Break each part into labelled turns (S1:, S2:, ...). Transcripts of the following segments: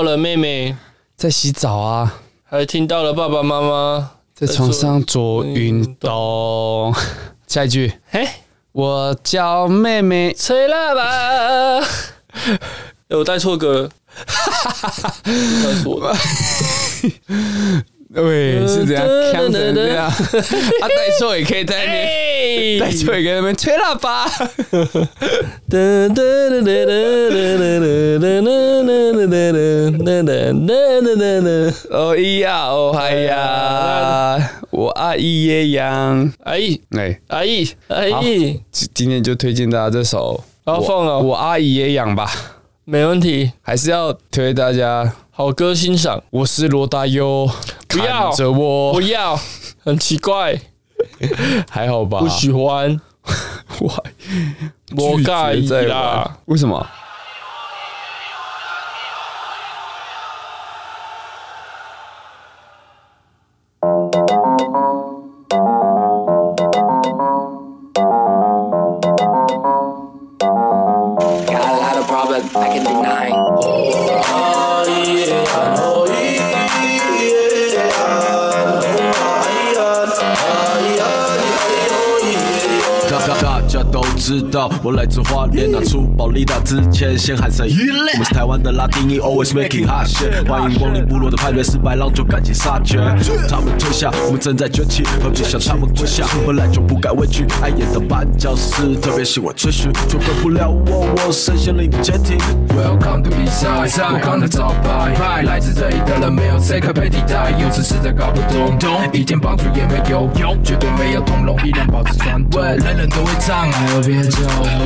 S1: 到了妹妹，
S2: 在洗澡啊，
S1: 还听到了爸爸妈妈。
S2: 在床上做运
S1: 运
S2: 动。下一句，
S1: 嘿，
S2: 我叫妹妹，
S1: 吹喇 叭！欸我带错歌 了，带错了。
S2: 喂，是怎样
S1: 呃
S2: 呛成
S1: 噔噔
S2: 这样？ 啊，带错也可以在那边，
S1: 哎，
S2: 带 错也可以在那边吹喇叭。 哦咿呀，哦嗨呀，我爱一夜阳。
S1: 阿姨，
S2: 哎，
S1: 阿姨，阿姨，
S2: 今今天就推荐大家这首《
S1: 然后放了，
S2: 我阿姨也养》吧，
S1: 没问题，
S2: 还是要推大家。
S1: 好歌欣赏。
S2: 我是罗大佑，
S1: 不要
S2: 看着我
S1: 不，要，很奇怪，
S2: 还好吧？
S1: 不喜欢，
S2: 哇，
S1: 我尬
S2: 拒绝在
S1: 意
S2: 玩
S1: 啦。
S2: 为什么？
S3: Got a lot of problems I can deny.
S4: 大大家都知道，我来自花莲，拿出宝丽达之前先喊声娱乐。我们是台湾的拉丁裔，always making hot shit。欢迎光临部落的派对，失败浪就赶尽杀绝。他们退下，我们正在崛起，何必向他们跪下？本来就不该畏惧，碍眼的绊脚石，特别喜欢吹嘘，就怪不了我，我身陷囹圄阶梯。
S5: Welcome to 比赛，上康的早拜拜，来自这里的人没有谁可被替代，有时实在搞不懂，一点帮助也没有，绝对没有通融，依然保持传统，人人都会唱，还有别走，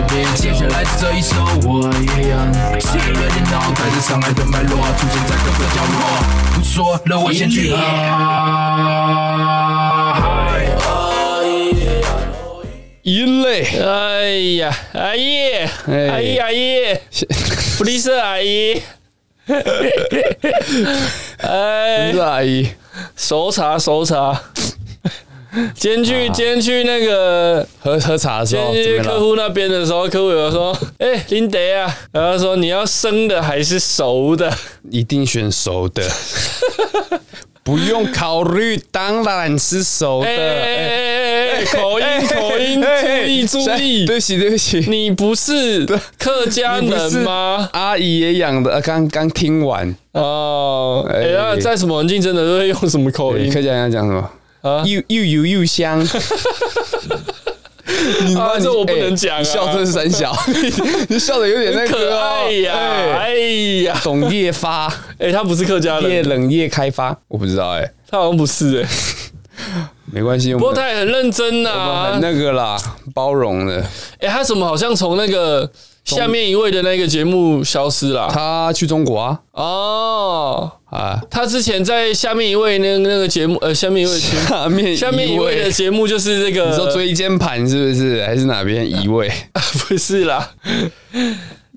S5: 别接下来是这一首，我依然是有点脑袋是上来的脉络，出现在各个角落，不说了，我先去啊。嗨
S2: 一类，
S1: 哎呀，阿姨，阿姨，阿姨， 福利社阿姨， 哎，
S2: 大姨，
S1: 熟茶熟茶，
S2: 啊
S1: 今天去今天去那个
S2: 喝喝茶的时
S1: 今
S2: 候
S1: 天去
S2: 怎么
S1: 客
S2: 了？
S1: 户那边的时候，客户有说：“哎、林德啊，然后说你要生的还是熟的
S2: 一定选熟的，不用考虑，当然是？”熟 的。
S1: 哎哎
S2: 哎
S1: 哎哎哎，口音
S2: 哎
S1: 口音，
S2: 哎
S1: 注意注
S2: 哎
S1: 意，
S2: 对不起对不起，
S1: 你不是客家
S2: 你不
S1: 人
S2: 是
S1: 吗？
S2: 阿姨也养的，呃刚刚听完，
S1: 哦，
S2: 哎
S1: 哎，那在什么环境真的都会用什么口
S2: 对
S1: 音
S2: 客家人要讲什么？
S1: 啊？
S2: 又又油又 香。你
S1: 啊
S2: 妈
S1: 这
S2: 你
S1: 我不
S2: 哎
S1: 能讲啊
S2: 你笑这是三小， 你笑的有点那
S1: 可
S2: 个哦
S1: 爱呀，
S2: 哎
S1: 哎呀，
S2: 懂夜 发，
S1: 哎，他不是客家
S2: 夜
S1: 人，
S2: 冷夜开发，我不知道哎，
S1: 他好像不是哎，
S2: 没关系，我
S1: 不过
S2: 们
S1: 他也很认真呐、
S2: 我们很那个啦，包容的。
S1: 哎、他怎么好像从那个下面一位的那个节目消失了？
S2: 他去中国啊
S1: 哦，
S2: 啊，
S1: 他之前在下面一位那那个节目，呃，下面一位的节目，
S2: 下面
S1: 下面一位的节目就是这个，
S2: 你说椎间盘是不是？还是哪边移位？
S1: 不是啦？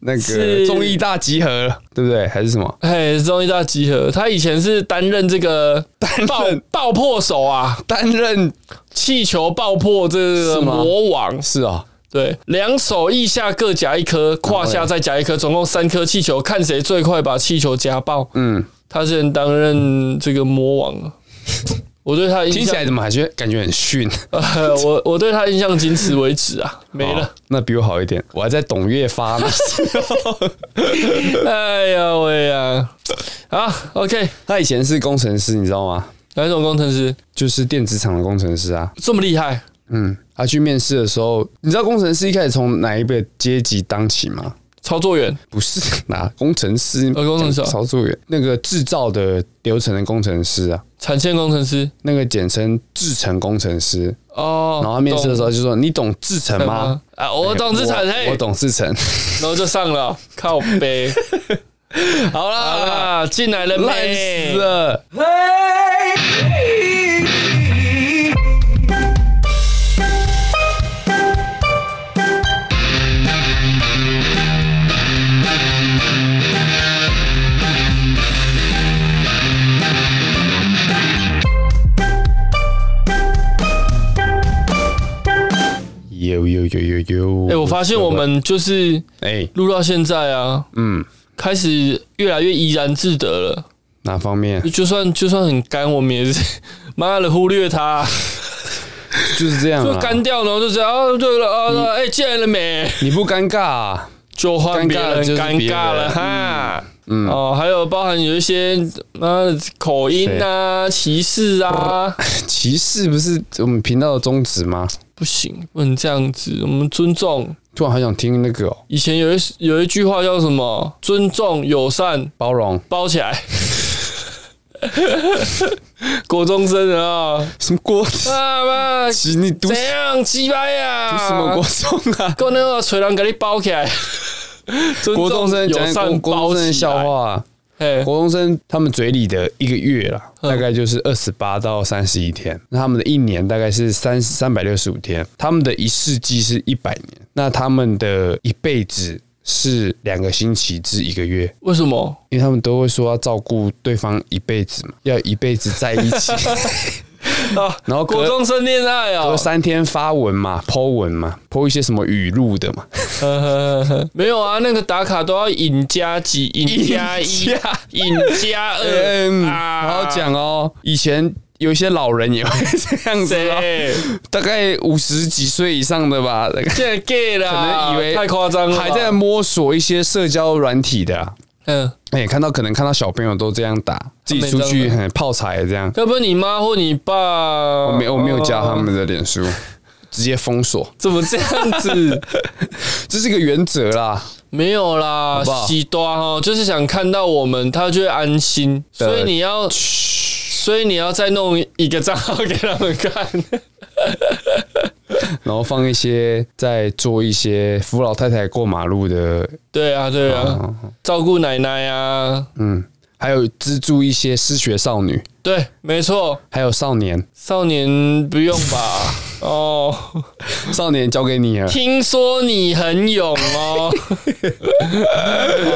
S2: 那个
S1: 呃是
S2: 综艺大集合，对不对？还是什么？
S1: 哎，综艺大集合，他以前是担任这个爆爆破手啊，
S2: 担任
S1: 气球爆破这
S2: 是
S1: 个
S2: 吗
S1: 魔王，
S2: 是啊、
S1: 对，两手腋下各夹一颗，胯下再夹一颗，总共三颗气球，看谁最快把气球夹爆。
S2: 嗯，
S1: 他之前担任这个魔王啊，我对他的印象
S2: 听起来怎么还觉得感觉很逊？
S1: 呃， 我我对他印象仅此为止啊，没
S2: 哦
S1: 了。
S2: 那比我好一点，我还在董月发呢。
S1: 哎呀喂呀，好，OK，
S2: 他以前是工程师，你知道吗？
S1: 哪种工程师
S2: 就是电子厂的工程师啊。
S1: 这么厉害？
S2: 嗯，他去面试的时候，你知道工程师一开始从哪一个阶级当起吗？
S1: 操作员
S2: 不是 哪工程师，
S1: 呃工程师啊
S2: 操作员，那个制造的流程的工程师啊，
S1: 产线工程师
S2: 那个简称制程工程师。
S1: 哦，
S2: 然后他面试的时候就说：“你懂制程
S1: 懂
S2: 吗哎
S1: 吗？啊，我懂资产嘿，
S2: 我懂制程。
S1: 然后就上了，靠背。好啦，好啦，进来了
S2: 烂
S1: 没
S2: 死？了！有有有有有！
S1: 哎、我发现我们就是
S2: 哎、
S1: 哎录到现在啊，
S2: 哎
S1: 啊
S2: 嗯，
S1: 开始越来越怡然自得了。
S2: 哪方面？
S1: 就算就算很干，我们也是 妈的忽略它，
S2: 就是这样
S1: 就
S2: 啊。
S1: 干掉，然后就这样啊，对了啊，哎，进来了没？
S2: 你不尴尬啊？
S1: 就换别人
S2: 尴尬就是
S1: 尴
S2: 别人
S1: 尬了哈。嗯哦，还有包含有一些妈的口音啊、歧视啊，
S2: 歧视不是我们频道的宗旨吗？
S1: 不行，不能这样子，我们尊重。
S2: 突然好想听那个、哦、
S1: 以前有一有一句话叫什么？尊重、友善，
S2: 包容，
S1: 包起来。 国中生啊，
S2: 什么国？
S1: 啊妈，
S2: 其你读
S1: 怎
S2: 什
S1: 样鸡巴呀？
S2: 读什么国中啊？
S1: 够那个锤人给你包起来。尊重
S2: 国中
S1: 友
S2: 生讲国
S1: 善
S2: 国
S1: 包
S2: 中生的
S1: 起
S2: 笑
S1: 来，
S2: 话啊，
S1: 嘿，
S2: 国中生他们嘴里的一个月啦，
S1: 嗯
S2: 大概就是二十八到三十一天。那他们的一年大概是三三百六十五天，他们的一世纪是一百年，那他们的一辈子是两个星期至一个月，
S1: 为什么？
S2: 因为他们都会说要照顾对方一辈子嘛，要一辈子在一 起，
S1: 啊，
S2: 然后隔
S1: 国中生恋爱啊、
S2: 隔三天发文嘛，Po 文嘛，Po 一些什么语录的 嘛，
S1: 呵呵呵 没有啊，那个打卡都要引加几、引加一、引加
S2: 嗯，
S1: 二啊，
S2: 好好讲哦。以前有一些老人也会这样子、哦，
S1: 谁？
S2: 大概五十几岁以上的吧，大概
S1: 现在 gay 啦，
S2: 可能以为
S1: 啊太夸张了吧，
S2: 还在摸索一些社交软体的、啊。
S1: 嗯。
S2: 哎、看到可能看到小朋友都这样打，自己出去很泡彩这样。
S1: 要不然你妈或你爸，
S2: 我
S1: 我
S2: 哦没我没有加他们的脸书，直接封锁，
S1: 怎么这样子？
S2: 这是一个原则啦。
S1: 没有啦
S2: 不好，
S1: 喜多哈，就是想看到我们，他就会安心，
S2: 对
S1: 所以你要，所以你要再弄一个账号给他们 看。
S2: 然后放一些在做一些扶老太太过马路的，
S1: 对啊，对
S2: 哦
S1: 啊，照顾奶奶啊，
S2: 嗯，还有资助一些失学少女，
S1: 对，没错，
S2: 还有 少年，
S1: 少年不用 吧？哦，
S2: 少年交给你了。
S1: 听说你很勇 哦，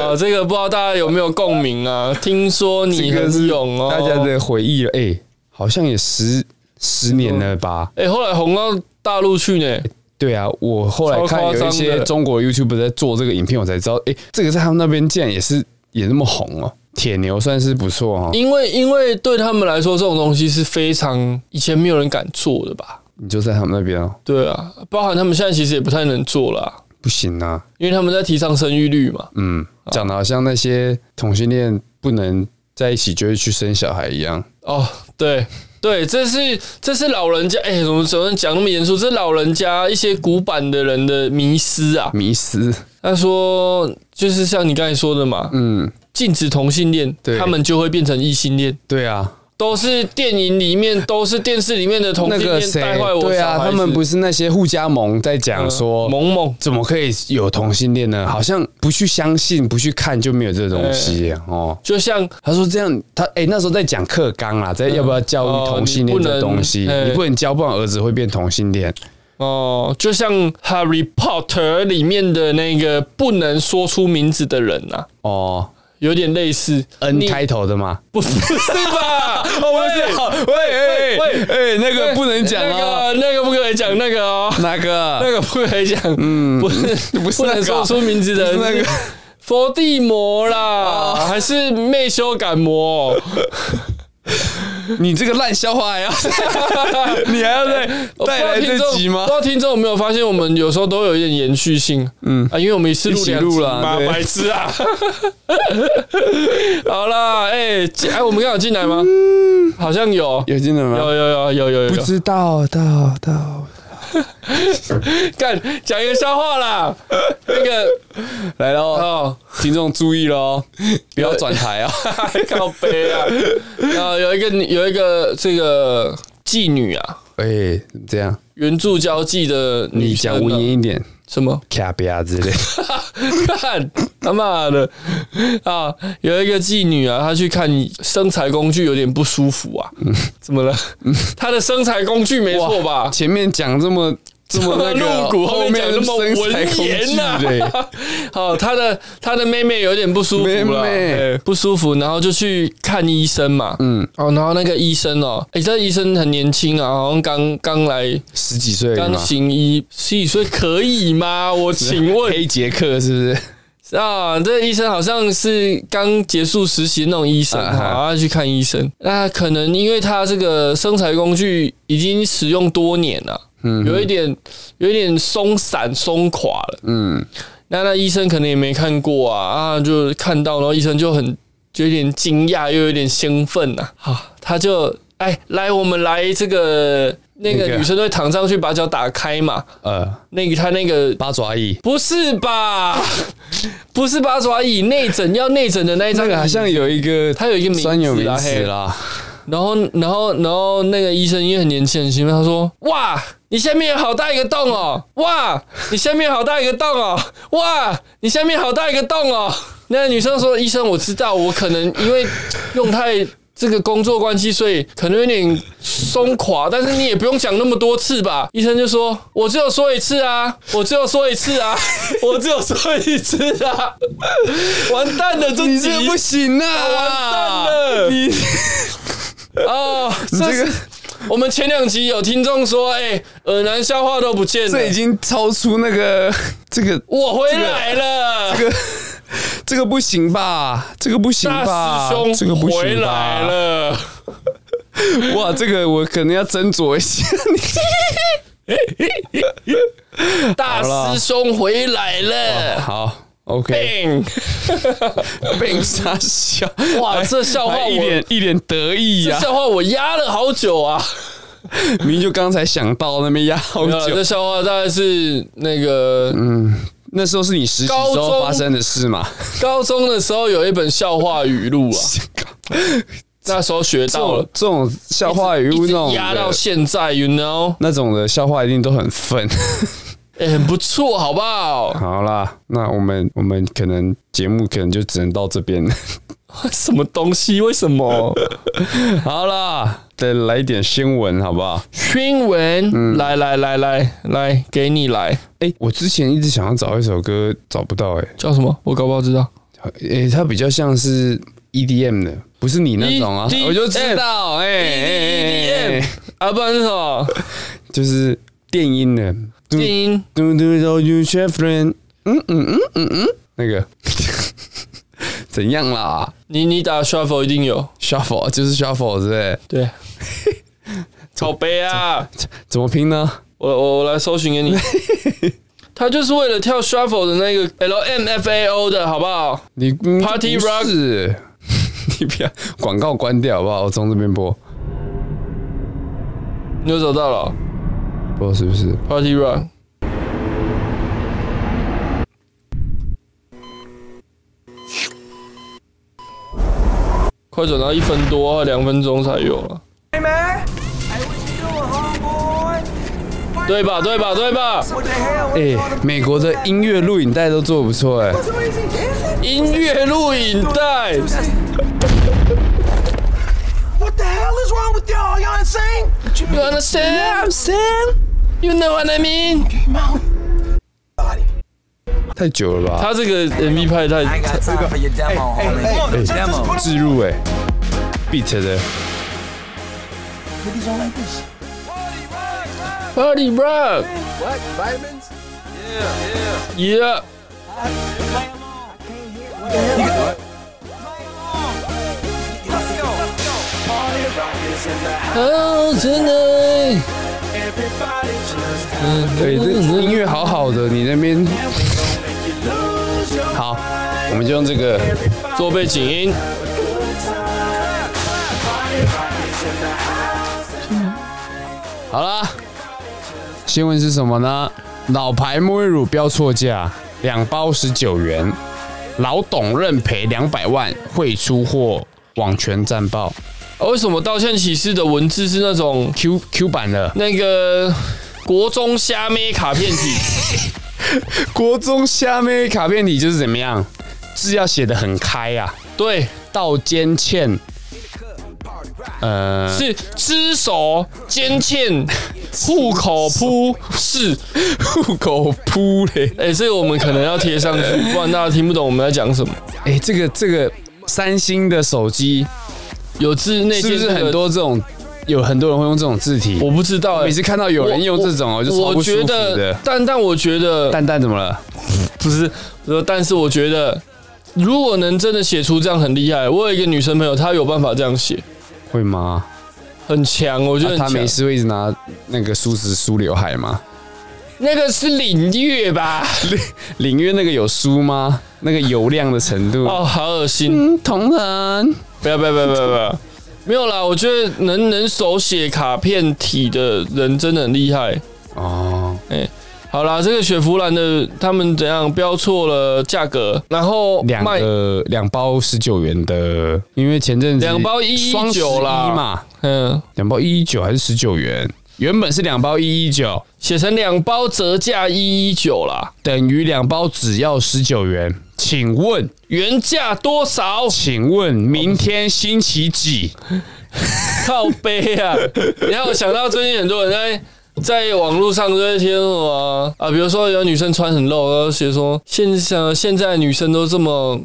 S1: 啊，这个不知道大家有没有共鸣啊？听说
S2: 这
S1: 你
S2: 个
S1: 很
S2: 是
S1: 勇 哦，
S2: 大家的回忆了，哎、好像也十十年了吧？
S1: 哎、后来红到大陆去呢，
S2: 对啊，我后来看
S1: 超夸张
S2: 有一
S1: 的
S2: 些中国 YouTube 在做这个影片，我才知道，哎、这个在他们那边竟然也是也那么红哦。铁牛算是不错哦，
S1: 因为因为对他们来说，这种东西是非常以前没有人敢做的吧？
S2: 你就在他们那边哦，
S1: 对啊，包含他们现在其实也不太能做啦、
S2: 不行啊，
S1: 因为他们在提倡生育率嘛。
S2: 嗯，
S1: 哦
S2: 讲的好像那些同性恋不能在一起就会去生小孩一样，
S1: 哦，对对，这是这是老人家，哎、怎么怎么讲那么严肃？这是老人家一些古板的人的迷失啊。
S2: 迷失，
S1: 他说，就是像你刚才说的嘛，
S2: 嗯，
S1: 禁止同性恋
S2: 对，
S1: 他们就会变成异性恋。
S2: 对啊，
S1: 都是电影里面，都是电视里面的同
S2: 那
S1: 性
S2: 个
S1: 恋
S2: 谁
S1: 带坏，我
S2: 对啊，
S1: 小孩
S2: 他们
S1: 子嗯
S2: 不是那些互加盟在讲说、
S1: 萌萌，
S2: 怎么可以有同性恋呢？好像不去相信、不去看就没有这东西耶哦。
S1: 就像
S2: 他说这样，他哎、那时候在讲课纲啦，在要不要教育同性恋这东西，
S1: 哦你不能哎
S2: 你不能教，不然儿子会变同性恋。
S1: 哦，就像《Harry Potter》里面的那个不能说出名字的人呐、啊，
S2: 哦
S1: 有点类似。
S2: ，N
S1: 你
S2: 开头的嘛，
S1: 不不是吧？
S2: 哦，不 是，好喂
S1: 喂
S2: 哎，那个不能讲哦，
S1: 那个那个不可以讲那个哦，
S2: 哪
S1: 那
S2: 个？
S1: 个不可以讲。嗯，不是
S2: 不是
S1: 不
S2: 那个啊
S1: 能说出名字的人
S2: 不是那个哦
S1: 是伏地魔啦，还是魅修感魔？
S2: 你这个烂笑话呀， 你还要再
S1: 啊我不知
S2: 带
S1: 道
S2: 来这
S1: 听众
S2: 集吗
S1: 不知？道听众有没有发现，我们有时候都有一点延续性，嗯啊，因为我们一次
S2: 一
S1: 录
S2: 起
S1: 两
S2: 录
S1: 集
S2: 啦
S1: 嘛，
S2: 对
S1: 白痴啊！好啦，哎、进哎，我们刚好进来吗？好像有，
S2: 嗯有进来
S1: 有
S2: 吗？
S1: 有有有有有
S2: 不
S1: 有，
S2: 知道，到到，
S1: 干讲一个笑话 啦，那个
S2: 来喽，
S1: 哦，
S2: 听众注意 喽，不要转台 啊！
S1: 告杯啊，然后有一个有一个这个妓女啊，
S2: 哎、这样
S1: 原著交际的
S2: 你
S1: 女生啊
S2: 讲文言一点，
S1: 什么？
S2: 卡比亚之类。
S1: 看他妈的啊！有一个妓女啊，她去看生财工具有点不舒服啊，怎么了？她的生财工具没错吧？
S2: 前面讲这么这么 那个，
S1: 露骨，后面
S2: 面
S1: 讲那么
S2: 生财
S1: 文
S2: 工
S1: 言啊
S2: 具
S1: 呐、
S2: 嘞，
S1: 啊。 好，她的她的妹妹有点不舒服了，
S2: 妹妹
S1: 哎不舒服，然后就去看医生嘛。嗯，哦，然后那个医生哦，哎、这医生很年轻啊，好像刚刚来
S2: 十几岁了
S1: 刚
S2: 嘛，
S1: 行医，十几岁可以吗？我请问
S2: 黑杰克是不是？
S1: 啊，这医生好像是刚结束实习那种医生，
S2: 啊哈
S1: 好，他去看医生。那可能因为他这个生财工具已经使用多年了，嗯，有一点有一点松散松垮了，嗯。那那医生可能也没看过啊，啊，就看到，然后医生就很就有点惊讶，又有点兴奋呐、啊，好、他就哎来，我们来这个。那个
S2: 那个
S1: 女生都会躺上去，把脚打开嘛。
S2: 呃，
S1: 那个他那个
S2: 八爪椅，
S1: 不是吧？ 不是八爪椅内诊要内诊的那一张
S2: 那
S1: 椅，
S2: 个好像有一个，
S1: 它有一个名字啦啊
S2: 专嗯有名词啊
S1: 嘿
S2: 啦，
S1: 然后然后然后那个医生因为很年轻很兴奋，他说：“哇，你下面有好大一个洞哦！哇，你下面有好大一个洞哦！哇，你下面有好大一个洞哦！”那个女生说：“医生，我知道，我可能因为用太。”这个工作关系，所以可能有点松垮，但是你也不用讲那么多次吧。医生就说：“我只有说一次啊，我只有说一次啊，我只有说一次啊。” 完蛋了，这
S2: 你
S1: 集
S2: 这个不行啊，
S1: 完蛋了
S2: 你
S1: 哦，这
S2: 这
S1: 个
S2: 个
S1: 我们前两集有听众说，哎、耳男消化都不见了
S2: 这，已经超出那个这个
S1: 我回来了，
S2: 这个这个不行吧？这个不行吧
S1: 大？师
S2: 这个
S1: 兄
S2: 不
S1: 回
S2: 行
S1: 来
S2: 吧？
S1: 了。
S2: 哇，这个我可能要斟酌一下。
S1: 大师兄回来
S2: 你
S1: 了
S2: 好，OK，
S1: ，bang！
S2: 被傻笑，
S1: 哇，这笑话
S2: 还
S1: 我
S2: 一脸一脸得意
S1: 这
S2: 呀、
S1: 笑话我压了好久啊，
S2: 明明就刚才想到那边压好
S1: 没有啦啊
S2: 久
S1: 这，笑话大概是那个
S2: 嗯那时候是你实习时
S1: 高中
S2: 候发生的事嘛？
S1: 高中的时候有一本笑话语录啊，那时候学
S2: 这
S1: 到了
S2: 种，这种笑话语
S1: 一
S2: 录那
S1: 直
S2: 种
S1: 压到
S2: 的
S1: 现在，you know，
S2: 那种的笑话一定都很愤。
S1: 哎、很不错，好不好？
S2: 好啦，那我们我们可能节目可能就只能到这边了。
S1: 什么东西？为什 么？
S2: 好啦，再来一点新闻好不好？
S1: 新闻，来来来来来，给你来，
S2: 哎、我之前一直想要找一首歌，找不到哎、
S1: 叫什么？我搞不好知道。
S2: 诶、它比较像是 EDM 的，不是你那种啊
S1: EDM
S2: 我就知道，哎、哎
S1: EDM
S2: 哎哎
S1: 啊，不然是什么？
S2: 就是电音的，嘟
S1: 电音
S2: 嘟嘟嘟，You s h a friend，嗯嗯嗯嗯嗯，那个怎样啦
S1: 你你打 shuffle 一定有，
S2: ？Shuffle 就是 Shuffle 是不是？
S1: 对。口碑啊！
S2: 怎么拼呢？
S1: 我我我来搜寻 给你。他就是为了跳 shuffle 的那个 L M F A O 的好不好？
S2: 你嗯
S1: Party
S2: 不是，你不要广告关掉好不好？我从这边播，
S1: 你有找到了哦
S2: 不知道是不是？
S1: Party Rock。快转到一分多，还有两分钟才有了。
S6: man. Hey, what you doing, homeboy?
S1: 对吧？对吧？对吧？
S6: What the hell?
S2: 哎、美国的音乐录影带都做得不错哎、
S1: 音乐录影带，
S6: What the hell is wrong with y'all? Y'all insane?
S1: You understand? You know what I mean?
S2: 太久了吧？
S1: 他这个 MV 拍得太
S6: got time for your demo, homie. Hey, demo.
S2: 置入哎、beat 的
S1: Party Rock。What? Vitamins? Yeah, yeah. Oh, tonight.
S2: 对，这音乐好好的，你那边好，我们就用这个。
S1: 做背景音。
S2: 好啦，新闻是什么呢？老牌沐浴乳标错价，两包十九元，老董认赔两百万，会出货，网全战报
S1: 啊为什么道歉启事的文字是那种
S2: Q Q 版的
S1: 那个国中虾妹卡片体？
S2: 国中虾妹卡片体就是怎么样，字要写的很开啊，
S1: 对，
S2: 道歉欠，呃，
S1: 是只手兼欠户口扑是。
S2: 户口扑嘞。
S1: 哎、这个我们可能要贴上去，不然大家听不懂我们在讲什么。
S2: 哎、这个这个三星的手机
S1: 有字那
S2: 是
S1: 件
S2: 不是
S1: 这个
S2: 很？多这种？有很多人会用这种字体。
S1: 我不知道、哎
S2: 每次看到有人用这种，我就超
S1: 我
S2: 不舒
S1: 觉
S2: 服
S1: 得
S2: 的，。
S1: 但但我觉得
S2: 蛋蛋怎么了？
S1: 不是，我说但是我觉得，如果能真的写出这样很厉害，我有一个女生朋友，她有办法这样写，
S2: 会吗？
S1: 很强，我觉得很
S2: 啊他
S1: 强。
S2: 没事会一直拿那个梳子梳刘海吗？
S1: 那个是领月吧？
S2: 领月那个有梳吗？那个油亮的程度？
S1: 哦，好恶 心！
S2: 嗯，同人
S1: 不要不要不要不要不要， 没有啦，我觉得能能手写卡片体的人真的很厉害。哎
S2: 哦，
S1: 好啦，这个雪佛兰的他们怎样标错了价格，然后
S2: 两
S1: 卖
S2: 个两包十九元的，因为前阵子
S1: 两包119
S2: 双十
S1: 啦
S2: 嘛，
S1: 嗯，
S2: 两包一一九还是十九元？原本是两包一一九，
S1: 写成两包折价一一九啦，
S2: 等于两包只要十九元。请问，
S1: 原价多少？
S2: 请问明天星期几？
S1: 靠背啊！ 你让我想到最近很多人在在网络上都在贴什么啊，比如说有女生穿很露，然后写说现在现在女生都这么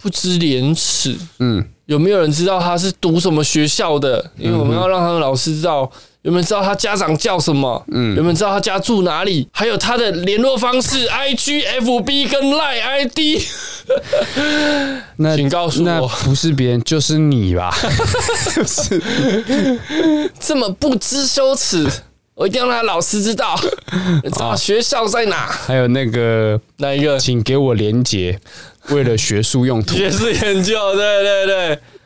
S1: 不知廉耻，
S2: 嗯，
S1: 有没有人知道她是读什么学校的？因为我们要让她的老师知道。有没有人知道她家长叫什么？嗯，有没有人知道她家住哪里？还有她的联络方式、I G、F B 跟 Line ID。
S2: 那
S1: 请告诉我
S2: 那不是别人就是 你吧？
S1: 这么不知羞耻，我一定要让老师知道，知道学校在哪。
S2: 还有那个，
S1: 哪一 个？
S2: 请给我连结，为了学术用 途。
S1: 学士研究，对对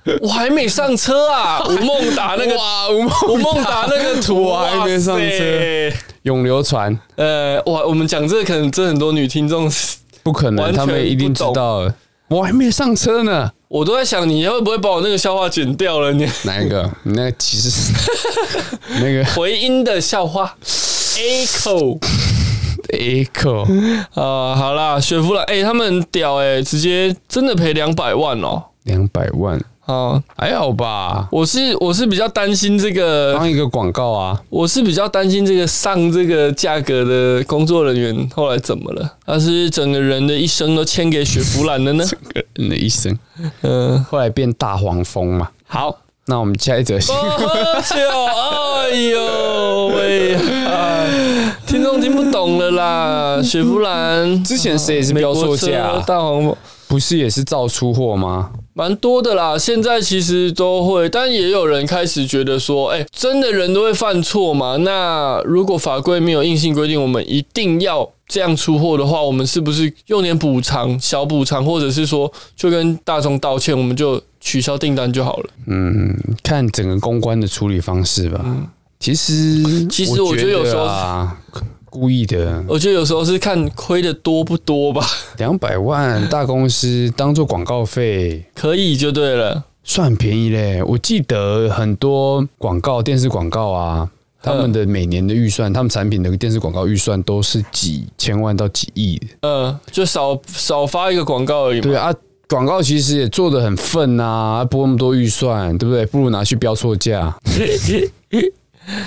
S1: 对， 我还没上车 啊！吴孟达那个，
S2: 哇，我们
S1: 吴孟达那个图
S2: 我还没上车
S1: 哇塞
S2: 永流传
S1: 呃，哇，我们讲这个可能真的很多女听众，
S2: 不可
S1: 完
S2: 能，
S1: 全
S2: 他们一定知 道了。我还没上车呢。
S1: 我都在想你会不会把我那个笑话剪掉了？ 你
S2: 哪一个？你那个其实是 那个
S1: 回音的笑话，echo
S2: echo
S1: 啊、好啦，雪夫兰，哎、他们很屌哎、直接真的赔两百万哦。
S2: 两百万，
S1: 啊，
S2: 还好吧？
S1: 我是我是比较担心这个
S2: 当一个广告啊，
S1: 我是比较担心这个上这个价格的工作人员后来怎么了？他是整个人的一生都签给雪佛兰的呢？
S2: 人的 一生
S1: 嗯、
S2: 后来变大黄蜂嘛。
S1: 好，哦
S2: 那我们下一则新
S1: 我喝酒，哎呦喂，哎听众听不懂了啦，雪佛兰
S2: 之前谁也是标错价
S1: 美
S2: 啊、
S1: 国车大黄蜂
S2: 不是也是照出货吗？
S1: 蛮多的啦，现在其实都会，但也有人开始觉得说，哎、真的人都会犯错嘛？那如果法规没有硬性规定，我们一定要这样出货的话，我们是不是用点补偿、小补偿，或者是说就跟大众道歉，我们就取消订单就好了？
S2: 嗯，看整个公关的处理方式吧。其实，
S1: 嗯其实我觉得有时候
S2: 啊，故意的，
S1: 我觉得有时候是看亏的多不多吧，
S2: 两百万大公司当做广告费。
S1: 可以就对了。
S2: 算便宜嘞。我记得很多广告、电视广告啊，他们的每年的预算，他们产品的电视广告预算都是几千万到几亿的。
S1: 嗯，就少少发一个广告而已嘛。
S2: 对啊，广告其实也做的很愤啊，拨那么多预算，对不对？不如拿去标错价。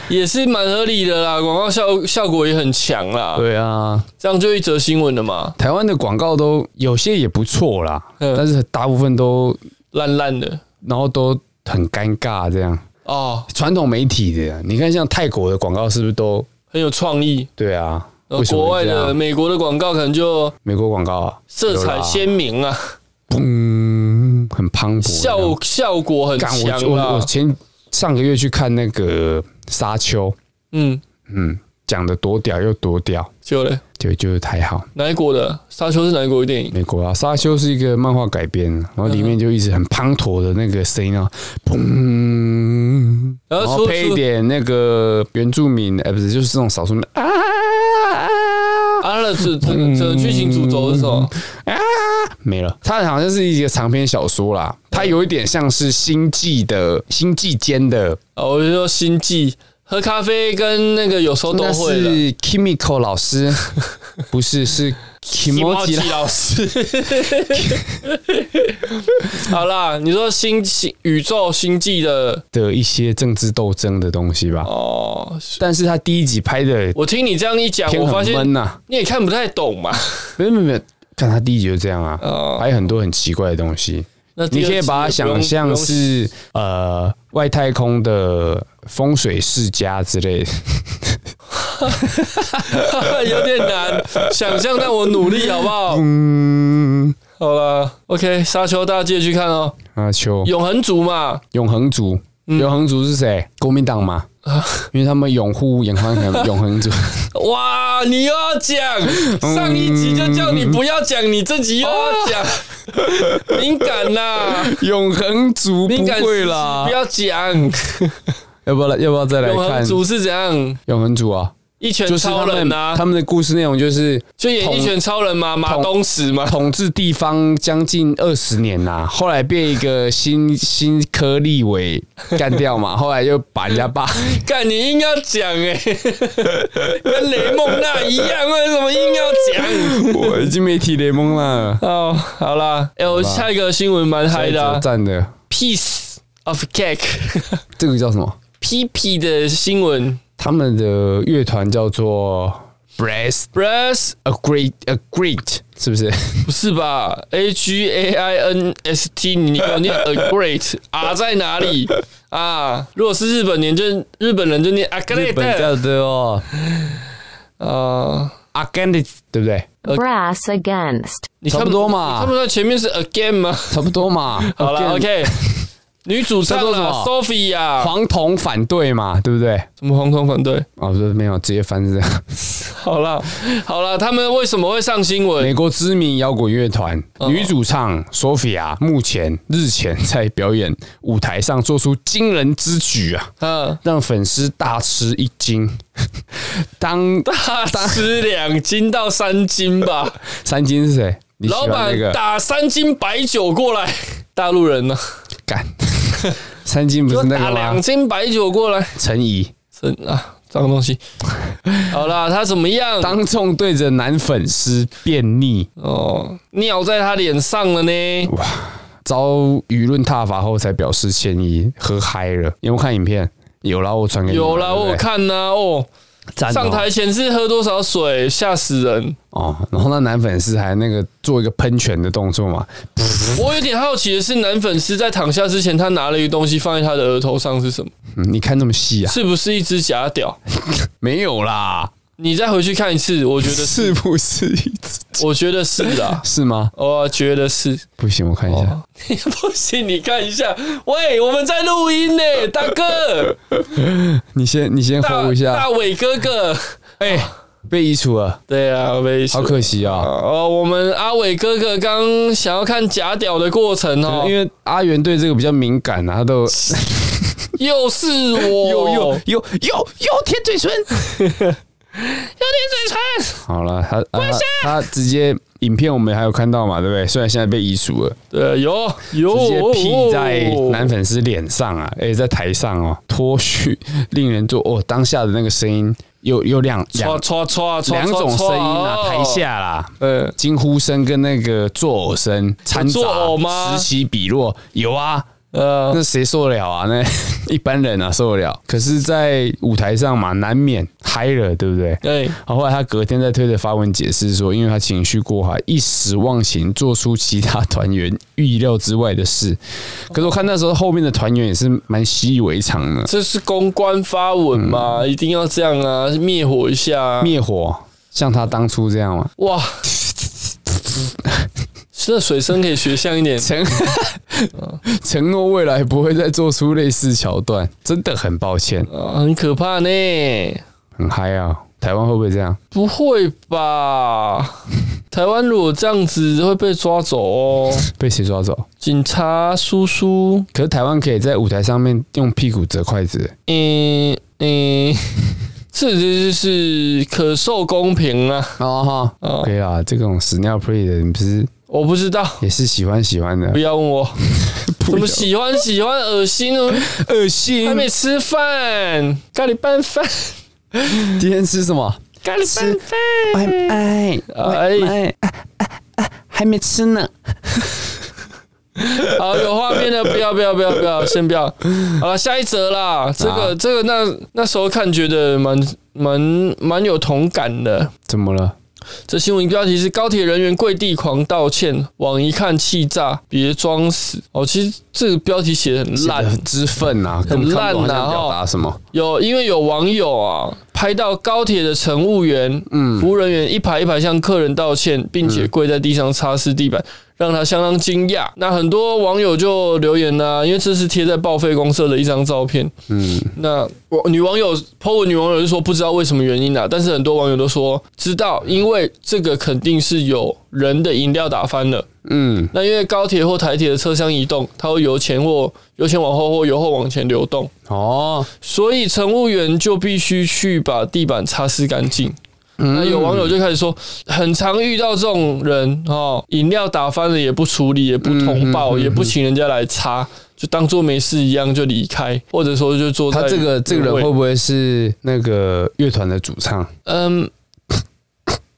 S1: 也是蛮合理的啦，广告效效果也很强啦，
S2: 对啊，
S1: 这样就一则新闻了嘛，
S2: 台湾的广告都有些也不错啦，
S1: 嗯
S2: 但是大部分都
S1: 烂烂的。
S2: 然后都很尴尬这样。
S1: 哦，
S2: 传统媒体的，你看像泰国的广告是不是都
S1: 很有创意。
S2: 对啊？
S1: 呃
S2: 为，什么
S1: 国外
S2: 会这样
S1: 的美国的广告可能就
S2: 美国广告啊
S1: 色彩鲜明啊，
S2: 嗯，很磅礴。
S1: 效效果很
S2: 干
S1: 强
S2: 我我我
S1: 啊。
S2: 前上个月去看那个《沙丘》，
S1: 嗯，
S2: 嗯，讲的多屌又多屌，
S1: 就嘞，
S2: 对，就是太好。
S1: 哪一国的沙丘是哪一国的电影？
S2: 美国啊，《沙丘》是一个漫画改编，然后里
S1: 嗯
S2: 面就一直很滂沱的那个声音啊，砰，
S1: 然
S2: 然
S1: 后
S2: 后
S1: 出
S2: 配一
S1: 出
S2: 点那个原住民，哎，不是，就是这种少数民啊
S1: 啊，那是
S2: 嗯
S1: 整整个剧情主轴是什么？
S2: 啊，没了。它好像是一个长篇小说啦，它有一点像是星际的星际间的
S1: 啊，我就说星际喝咖啡跟那个有时候都
S2: 那
S1: 会的。
S2: 是 Kimiko 老师， 不是是 Kimoji
S1: 吉
S2: 啦
S1: 老师， 好啦，你说星星宇宙星际的
S2: 的一些政治斗争的东西吧。
S1: 哦，
S2: 但是他第一集拍的
S1: 我听你这样一讲，
S2: 偏
S1: 我发
S2: 很闷
S1: 现
S2: 呐、
S1: 你也看不太懂 嘛。
S2: 没有没有没有，看他第一集就这样啊，
S1: 哦
S2: 还有很多很奇怪的东西。
S1: 那第
S2: 你
S1: 二
S2: 可以
S1: 集
S2: 把它
S1: 也不
S2: 想
S1: 用
S2: 象
S1: 不用
S2: 是 呃外太空的风水世家之类的，
S1: 有点难想象，但我努力好不好？
S2: 嗯，
S1: 好了，OK，沙丘大家记得去看哦，
S2: 阿啊秋
S1: 永嗯恒族嘛，
S2: 永恒族，永恒族是谁？国民党嘛，
S1: 啊
S2: 因为他们拥护永恒 永恒族。
S1: 哇，你又要讲，
S2: 嗯
S1: 上一集就叫你不要讲，你这集又要 讲，敏感呐，
S2: 永恒族
S1: 敏
S2: 不
S1: 感
S2: 会啦
S1: 不，要讲，
S2: 要不要来要不要再来
S1: 永
S2: 看
S1: 恒族是怎样？
S2: 永恒族啊？
S1: 一拳
S2: 就是
S1: 超
S2: 他
S1: 人
S2: 们
S1: 啊，
S2: 他们的故事内容就是
S1: 就演一拳超人嘛，马
S2: 统
S1: 东石嘛，
S2: 统治地方将近二十年呐、后来被一个新新科立委干掉嘛，后来又把人家爸
S1: 干你硬要讲哎、 跟雷梦娜一样，为什么硬要 讲？
S2: 我已经没提雷蒙了，
S1: 哦，好啦，哎、我下一个新闻蛮嗨的、啊、
S2: 赞的，
S1: ，Piece of Cake，
S2: 这个叫什么？
S1: 屁屁的新闻
S2: 他们的乐团叫做 Breast
S1: ，Brass
S2: a Great a Great，是 不是？
S1: 不是吧？A G A I N S T，你给我念 a great R 在哪里啊？如果是日本人就日本人就念 a
S2: 日本
S1: great
S2: 叫哦做
S1: 啊。
S2: a g a n i t 对不对？
S7: Brass against.
S1: 你看
S2: 差不多嘛
S1: 他们在前面是 again 吗？
S2: 差不多嘛。
S1: 好了
S2: Again，
S1: ，OK。女主唱
S2: 叫做什
S1: 啦
S2: 么
S1: ，Sophia，
S2: 黄铜反对嘛，对不对？
S1: 什么黄铜反对？
S2: 哦，这没有，直接翻是这样。
S1: 好啦，好啦，他们为什么会上新
S2: 美
S1: 闻？
S2: 国知名摇滚乐团
S1: 哦
S2: 女主唱 Sophia 目前日前在表演舞台上做出惊人之举啊，
S1: 嗯，
S2: 让粉丝大吃一惊。 当
S1: 大吃两斤到三斤吧。
S2: 三金是谁？你 喜
S1: 老
S2: 欢那
S1: 板
S2: 个
S1: 打三斤白酒过来，大陆人呢、
S2: 干？ 三金不是那
S1: 打
S2: 个
S1: 两
S2: 吗？
S1: 斤白酒过来，
S2: 陈怡
S1: 真啊，脏东 西。好啦，他怎么样？
S2: 当众对着男粉丝便溺，
S1: 哦，尿在他脸上了呢。
S2: 遭舆论挞伐后才表示歉意，喝嗨了。有没有看影片？有啦，我传给你嘛。
S1: 有啦，
S2: 对不
S1: 我
S2: 对
S1: 有看呐、哦，
S2: 赞哦
S1: 上台前是喝多少水，吓死 人。
S2: 哦，然后那男粉丝还那个做一个喷泉的动作嘛，
S1: 我有点好奇的是，男粉丝在躺下之前，他拿了一个东西放在他的额头上是什么？
S2: 嗯，你看这么细啊？
S1: 是不是一只假屌？
S2: 没有啦，
S1: 你再回去看一次，我觉得 是，
S2: 是不是一只？
S1: 我觉得是啦，
S2: 是吗？
S1: 我觉得是。
S2: 不行，我看一
S1: 哦
S2: 下。
S1: 不信你看一下，喂，我们在录音呢，大 哥，
S2: 你先，你先
S1: 大
S2: hold 一
S1: 大
S2: 下。
S1: 伟哥 哥，哎、
S2: 被移除了，
S1: 对啊，没
S2: 好可惜啊！
S1: 哦，我们阿伟哥哥刚想要看假屌的过程哦，
S2: 因为阿元对这个比较敏感啊，他都
S1: 又是我，
S2: 又又
S1: 有点
S2: 又又又舔嘴 唇。
S1: 嘴馋。
S2: 好了，他啊他他直接影片我们还有看到嘛，对不对？虽然现在被移除了，
S1: 对，有有
S2: 直接屁在男粉丝脸上啊，哎，在台上哦，脱序，令人做哦，当下的那个声音有有两两
S1: 唰唰唰唰
S2: 两种声音啊，
S1: 唰
S2: 台下啦，
S1: 嗯
S2: 惊呼声跟那个作呕声掺杂，
S1: 有作呕吗
S2: 此起彼落，有啊。
S1: 呃，
S2: 那谁受得了啊？那 一般人啊受得了。可是，在舞台上嘛，难免嗨了，对不对？
S1: 对，
S2: 然后后来他隔天在推特发文解释说，因为他情绪过海，一时忘情，做出其他团员预料之外的事。可是我看那时候后面的团员也是蛮习以为常的，
S1: 这是公关发文嘛，一定要这样啊，灭火一下、啊，
S2: 灭火，像他当初这样嘛。
S1: 哇！这水声可以学像一点，
S2: 承 承诺未来不会再做出类似桥段，真的很抱歉，
S1: 啊很可怕呢。
S2: 很嗨啊！台湾会不会这样？
S1: 不会吧？台湾如果这样子会被抓走哦，
S2: 被谁抓走？
S1: 警察叔叔，
S2: 可是台湾可以在舞台上面用屁股折筷子，
S1: 嗯嗯，这就是可受公平啊！
S2: 哦哈，可以啦。这种屎尿 play 的，你不是
S1: 我不知道，
S2: 也是喜欢喜欢的
S1: 不？要问我，怎么喜欢喜欢恶心哦，
S2: 恶
S1: 还
S2: 心
S1: 没吃饭，咖喱拌饭，
S2: 今天吃什么？
S1: 咖喱拌饭，
S2: 外卖，
S1: 哎，
S2: 哎，啊啊啊还没吃呢。
S1: 好有画面的不要不要不要不要，先不要，好了，下一则啦，这个这个那那时候看觉得蛮蛮蛮有同感的，
S2: 怎么了？
S1: 这新闻标题是“高铁人员跪地狂道歉，网一看气炸，别装死”。哦，其实这个标题写的很烂，
S2: 之愤啊，根本看不懂
S1: 很
S2: 他
S1: 烂啊
S2: 想表达什么？
S1: 有因为有网友啊，拍到高铁的乘务员、服务人员一排一排向客人道歉，并且跪在地上擦拭地板，让他相当惊讶。那很多网友就留言啦、因为这是贴在报废公社的一张照片。嗯，那我女网友 po 文女网友就说不知道为什么原因啊，但是很多网友都说知道，因为这个肯定是有人的饮料打翻了。
S2: 嗯，
S1: 那因为高铁或台铁的车厢移动，它会由前或由前往后或由后往前流动，
S2: 哦，
S1: 所以乘务员就必须去把地板擦拭干净。那有网友就开始说，很常遇到这种人哦，饮料打翻了也不处理，也不通报，也不请人家来擦，嗯就当做没事一样就离开，或者说就坐在
S2: 他这个这个人
S1: 原位
S2: 会不会是那个乐团的主唱？
S1: 嗯，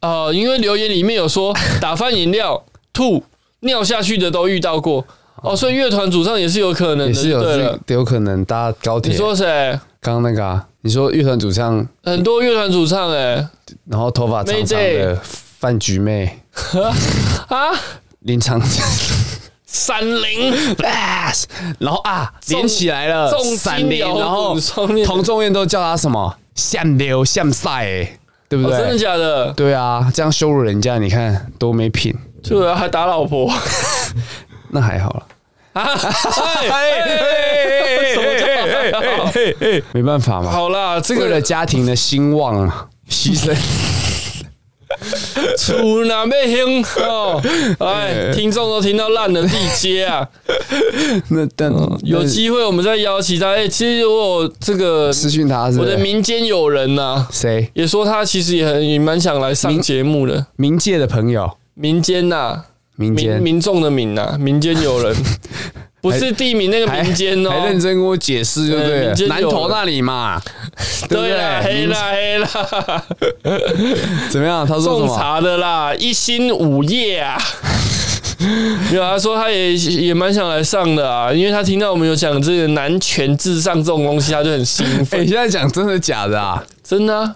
S1: 哦、因为留言里面有说打翻饮料、吐、尿下去的都遇到过哦，所以乐团主唱也是有可能
S2: 也
S1: 的，
S2: 是有
S1: 对
S2: 这
S1: 了。
S2: 有可能搭高铁。
S1: 你说谁？
S2: 刚刚那个啊，你说乐团主唱，
S1: 很多乐团主唱哎、
S2: 然后头发长长
S1: Mayday
S2: 的饭局妹
S1: 啊，
S2: 林长江，
S1: 闪灵
S2: 然后啊
S1: 重
S2: 连起来了
S1: 重，金
S2: 闪灵，
S1: 摇滚
S2: 然后
S1: 双面
S2: 同众院都叫他什么像流像赛、欸，对不
S1: 哦，
S2: 对？
S1: 真的假的？
S2: 对啊，这样羞辱人家，你看多没品。
S1: 对啊，还打老婆啊！
S2: 那还好了，
S1: 哎哎什么叫还好
S2: 没办法嘛，
S1: 好啦，这
S2: 为
S1: 个
S2: 了家庭的兴旺嘛，牺牲。
S1: 哦出哪被听哦？哎，听众都听到烂的地接啊！
S2: 那但
S1: 有机会我们再邀请他。哎、其实我有这个
S2: 私讯他是不
S1: 我
S2: 是
S1: 的民间友人呐、
S2: 谁
S1: 也说他其实也很也蛮想来上节目的。
S2: 冥界的朋友，
S1: 民间呐、
S2: 民
S1: 民
S2: 间
S1: 民众的民呐、民间友人，不是地名那个
S2: 还
S1: 民间哦、
S2: 还认真跟我解释，对不
S1: 对
S2: 对
S1: 民间
S2: 了？
S1: 有
S2: 南投那 里嘛，对不
S1: 对啦，
S2: 对？
S1: 黑
S2: 民
S1: 啦黑啦，
S2: 怎么样？他说什
S1: 种
S2: 么？
S1: 茶的啦，一心五叶 啊。没有，啊他说他也也蛮想来上的啊，因为他听到我们有讲这个男权至上这种东西，他就很兴
S2: 哎，
S1: 奋。
S2: 你现在讲真的假的啊？
S1: 真的、啊，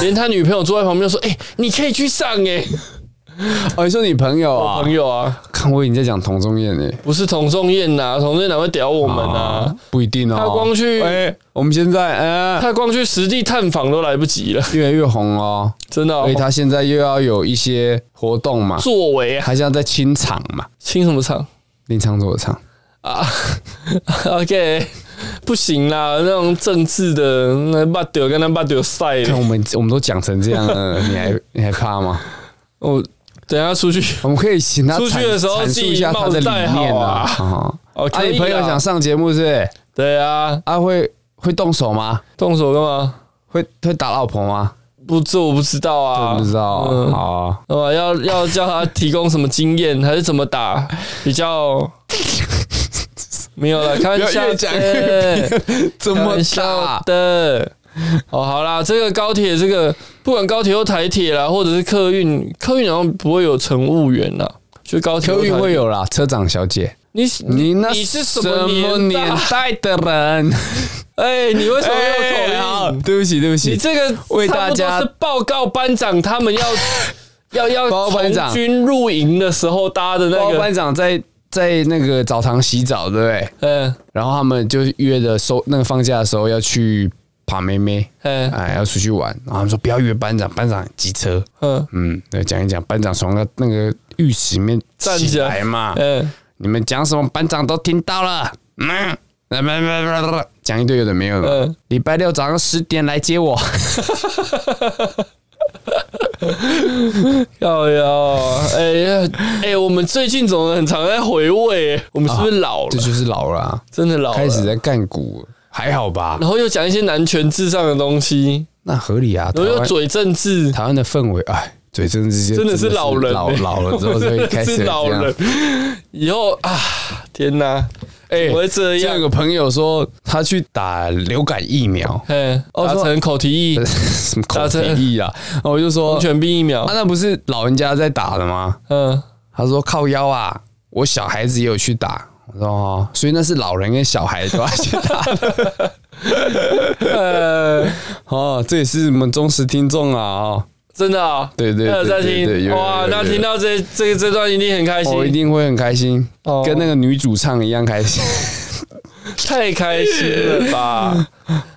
S1: 连他女朋友坐在旁边说：“哎、你可以去上哎、
S2: 哦，你说你朋友
S1: 我
S2: 啊
S1: 朋？友啊，
S2: 看我以为你在讲同中宴呢。
S1: 不是童仲彦呐，童仲彦哪会屌我们啊？
S2: 不一定哦。
S1: 他光去
S2: 哎，我们现在哎
S1: 他光去实地探访都来不及了，
S2: 越来越红哦，
S1: 真的、
S2: 所以
S1: 哦。
S2: 他现在又要有一些活动嘛，
S1: 作为啊，
S2: 他现在在清场嘛，
S1: 清什么场
S2: 林场做场。
S1: 啊 ？OK，不行啦，那种政治的那巴丢跟那巴丢赛的
S2: 看，我们我 们都讲成这样了，你还你还怕吗？
S1: 我等一下出 去。
S2: 我们可以请他
S1: 出去的
S2: 阐
S1: 时候
S2: 阐
S1: 自
S2: 述
S1: 己
S2: 一下他的理念
S1: 帽
S2: 啊。啊，
S1: 哦，
S2: 啊
S1: 可以
S2: 你
S1: 啊
S2: 朋友想上节目是不是？
S1: 对啊，
S2: 啊，会会动手吗？
S1: 动手干嘛？
S2: 会会打老婆吗？
S1: 不，这我不知道啊，
S2: 我不知道。
S1: 嗯
S2: 好啊，
S1: 那么要要叫他提供什么经验，还是怎么 打比较？没有了，开玩
S2: 不要
S1: 笑
S2: 越讲越
S1: 的，
S2: 怎
S1: 开玩笑的。哦，好啦，这个高铁，这个不管高铁或台铁啦，或者是客运，客运好像不会有乘务员啦，就高铁或
S2: 客
S1: 台铁
S2: 运会。有啦，车长小姐，
S1: 你
S2: 你那
S1: 你是什
S2: 么
S1: 么年代？
S2: 代的 人？
S1: 哎，你为什么
S2: 哎
S1: 有
S2: 好
S1: 口音？
S2: 对不起，对不
S1: 你
S2: 起，
S1: 这个
S2: 为大家
S1: 差不多是报告班长他们 要要要
S2: 报告班长
S1: 从军入营的时候搭的那
S2: 包
S1: 个
S2: 班，长在在那个澡堂洗澡，对不对？
S1: 嗯
S2: 然后他们就约的收那个放假的时候要去爬妹妹，
S1: 嗯
S2: 哎，要出去玩。然后他们说不要约班长，班长很机车。
S1: 嗯
S2: 嗯，对，讲一讲，班长从那那个浴室里面
S1: 站
S2: 起
S1: 起来
S2: 来嘛。
S1: 嗯，
S2: 你们讲什么，班长都听到了。嗯，讲一堆有的没有的
S1: 嗯。
S2: 礼拜六早上十点来接我。
S1: 要要，哎呀哎，我们最近怎么很常在回味？我们是不是老
S2: 这
S1: 了？
S2: 就是老了啊，
S1: 真的老
S2: 开始
S1: 了。
S2: 在干股，还好吧？
S1: 然后又讲一些男权至上的东西，
S2: 那合理啊。
S1: 然后
S2: 台
S1: 又
S2: 湾
S1: 嘴政治，
S2: 台湾的氛围，哎，嘴真的是
S1: 真的是老人
S2: 老
S1: 欸
S2: 老了之后就会 开
S1: 真的
S2: 始
S1: 是老
S2: 这样
S1: 人。以后啊，天哪，
S2: 哎
S1: 我会这
S2: 就有
S1: 样。，
S2: 个朋友说，他去打流感疫苗
S1: 哎，
S2: 哦
S1: 打
S2: 说
S1: 成口蹄疫、
S2: 什么口
S1: 打针
S2: 蹄疫啊？然后我就说，
S1: 狂
S2: 啊，
S1: 犬病疫苗，
S2: 那不是老人家在打的吗？
S1: 嗯。
S2: 他说靠腰啊，我小孩子也有去打。我说哦，所以那是老人跟小孩都要去 打的。呃，哦，这也是我们忠实听众啊哦，
S1: 真的啊、
S2: 对对对
S1: 他有在
S2: 对对对
S1: 听
S2: 有
S1: 哇，
S2: 有有
S1: 那
S2: 有哦
S1: 听到这这这段一定很开心，
S2: 我一定会很开心，
S1: 哦
S2: 跟那个女主唱一样开心。
S1: 太开心了吧？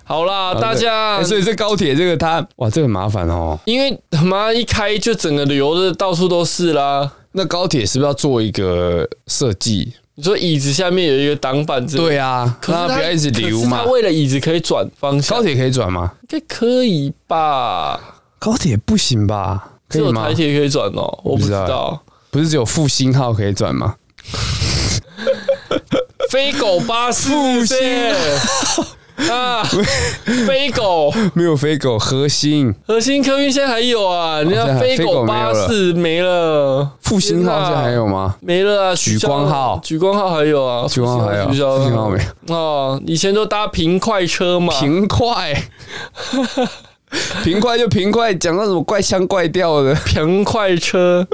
S1: 好啦， 大家，
S2: 哎所以这高铁这个它哇，这个很麻烦哦。
S1: 因为他妈一开就整个流的到处都是啦。
S2: 那高铁是不是要做一个设计？
S1: 你说椅子下面有一个挡板之类的，
S2: 对啊，
S1: 可是
S2: 让它不要一直流嘛
S1: 可是。它为了椅子可以转方向，
S2: 高铁可以转吗？
S1: 应该可以吧？
S2: 高铁不行吧？
S1: 只
S2: 可以
S1: 有
S2: 吗
S1: 台？铁可以转哦，我不知
S2: 不知
S1: 道
S2: 道。不是只有复兴号可以转吗？
S1: 飞狗巴士，对 啊，飞狗
S2: 没有飞狗核心，
S1: 核心客运现在还有啊，人
S2: 现在
S1: 家
S2: 还
S1: 飞狗巴士没了，
S2: 复兴号现在还有吗？
S1: 没了啊，
S2: 举光号
S1: 取光号还有啊，
S2: 举光号还有
S1: 取消了
S2: 举光号没
S1: 哦，以前都搭平快车嘛，
S2: 平快， 平快就平快，讲到什么怪腔怪调的，
S1: 平快 车。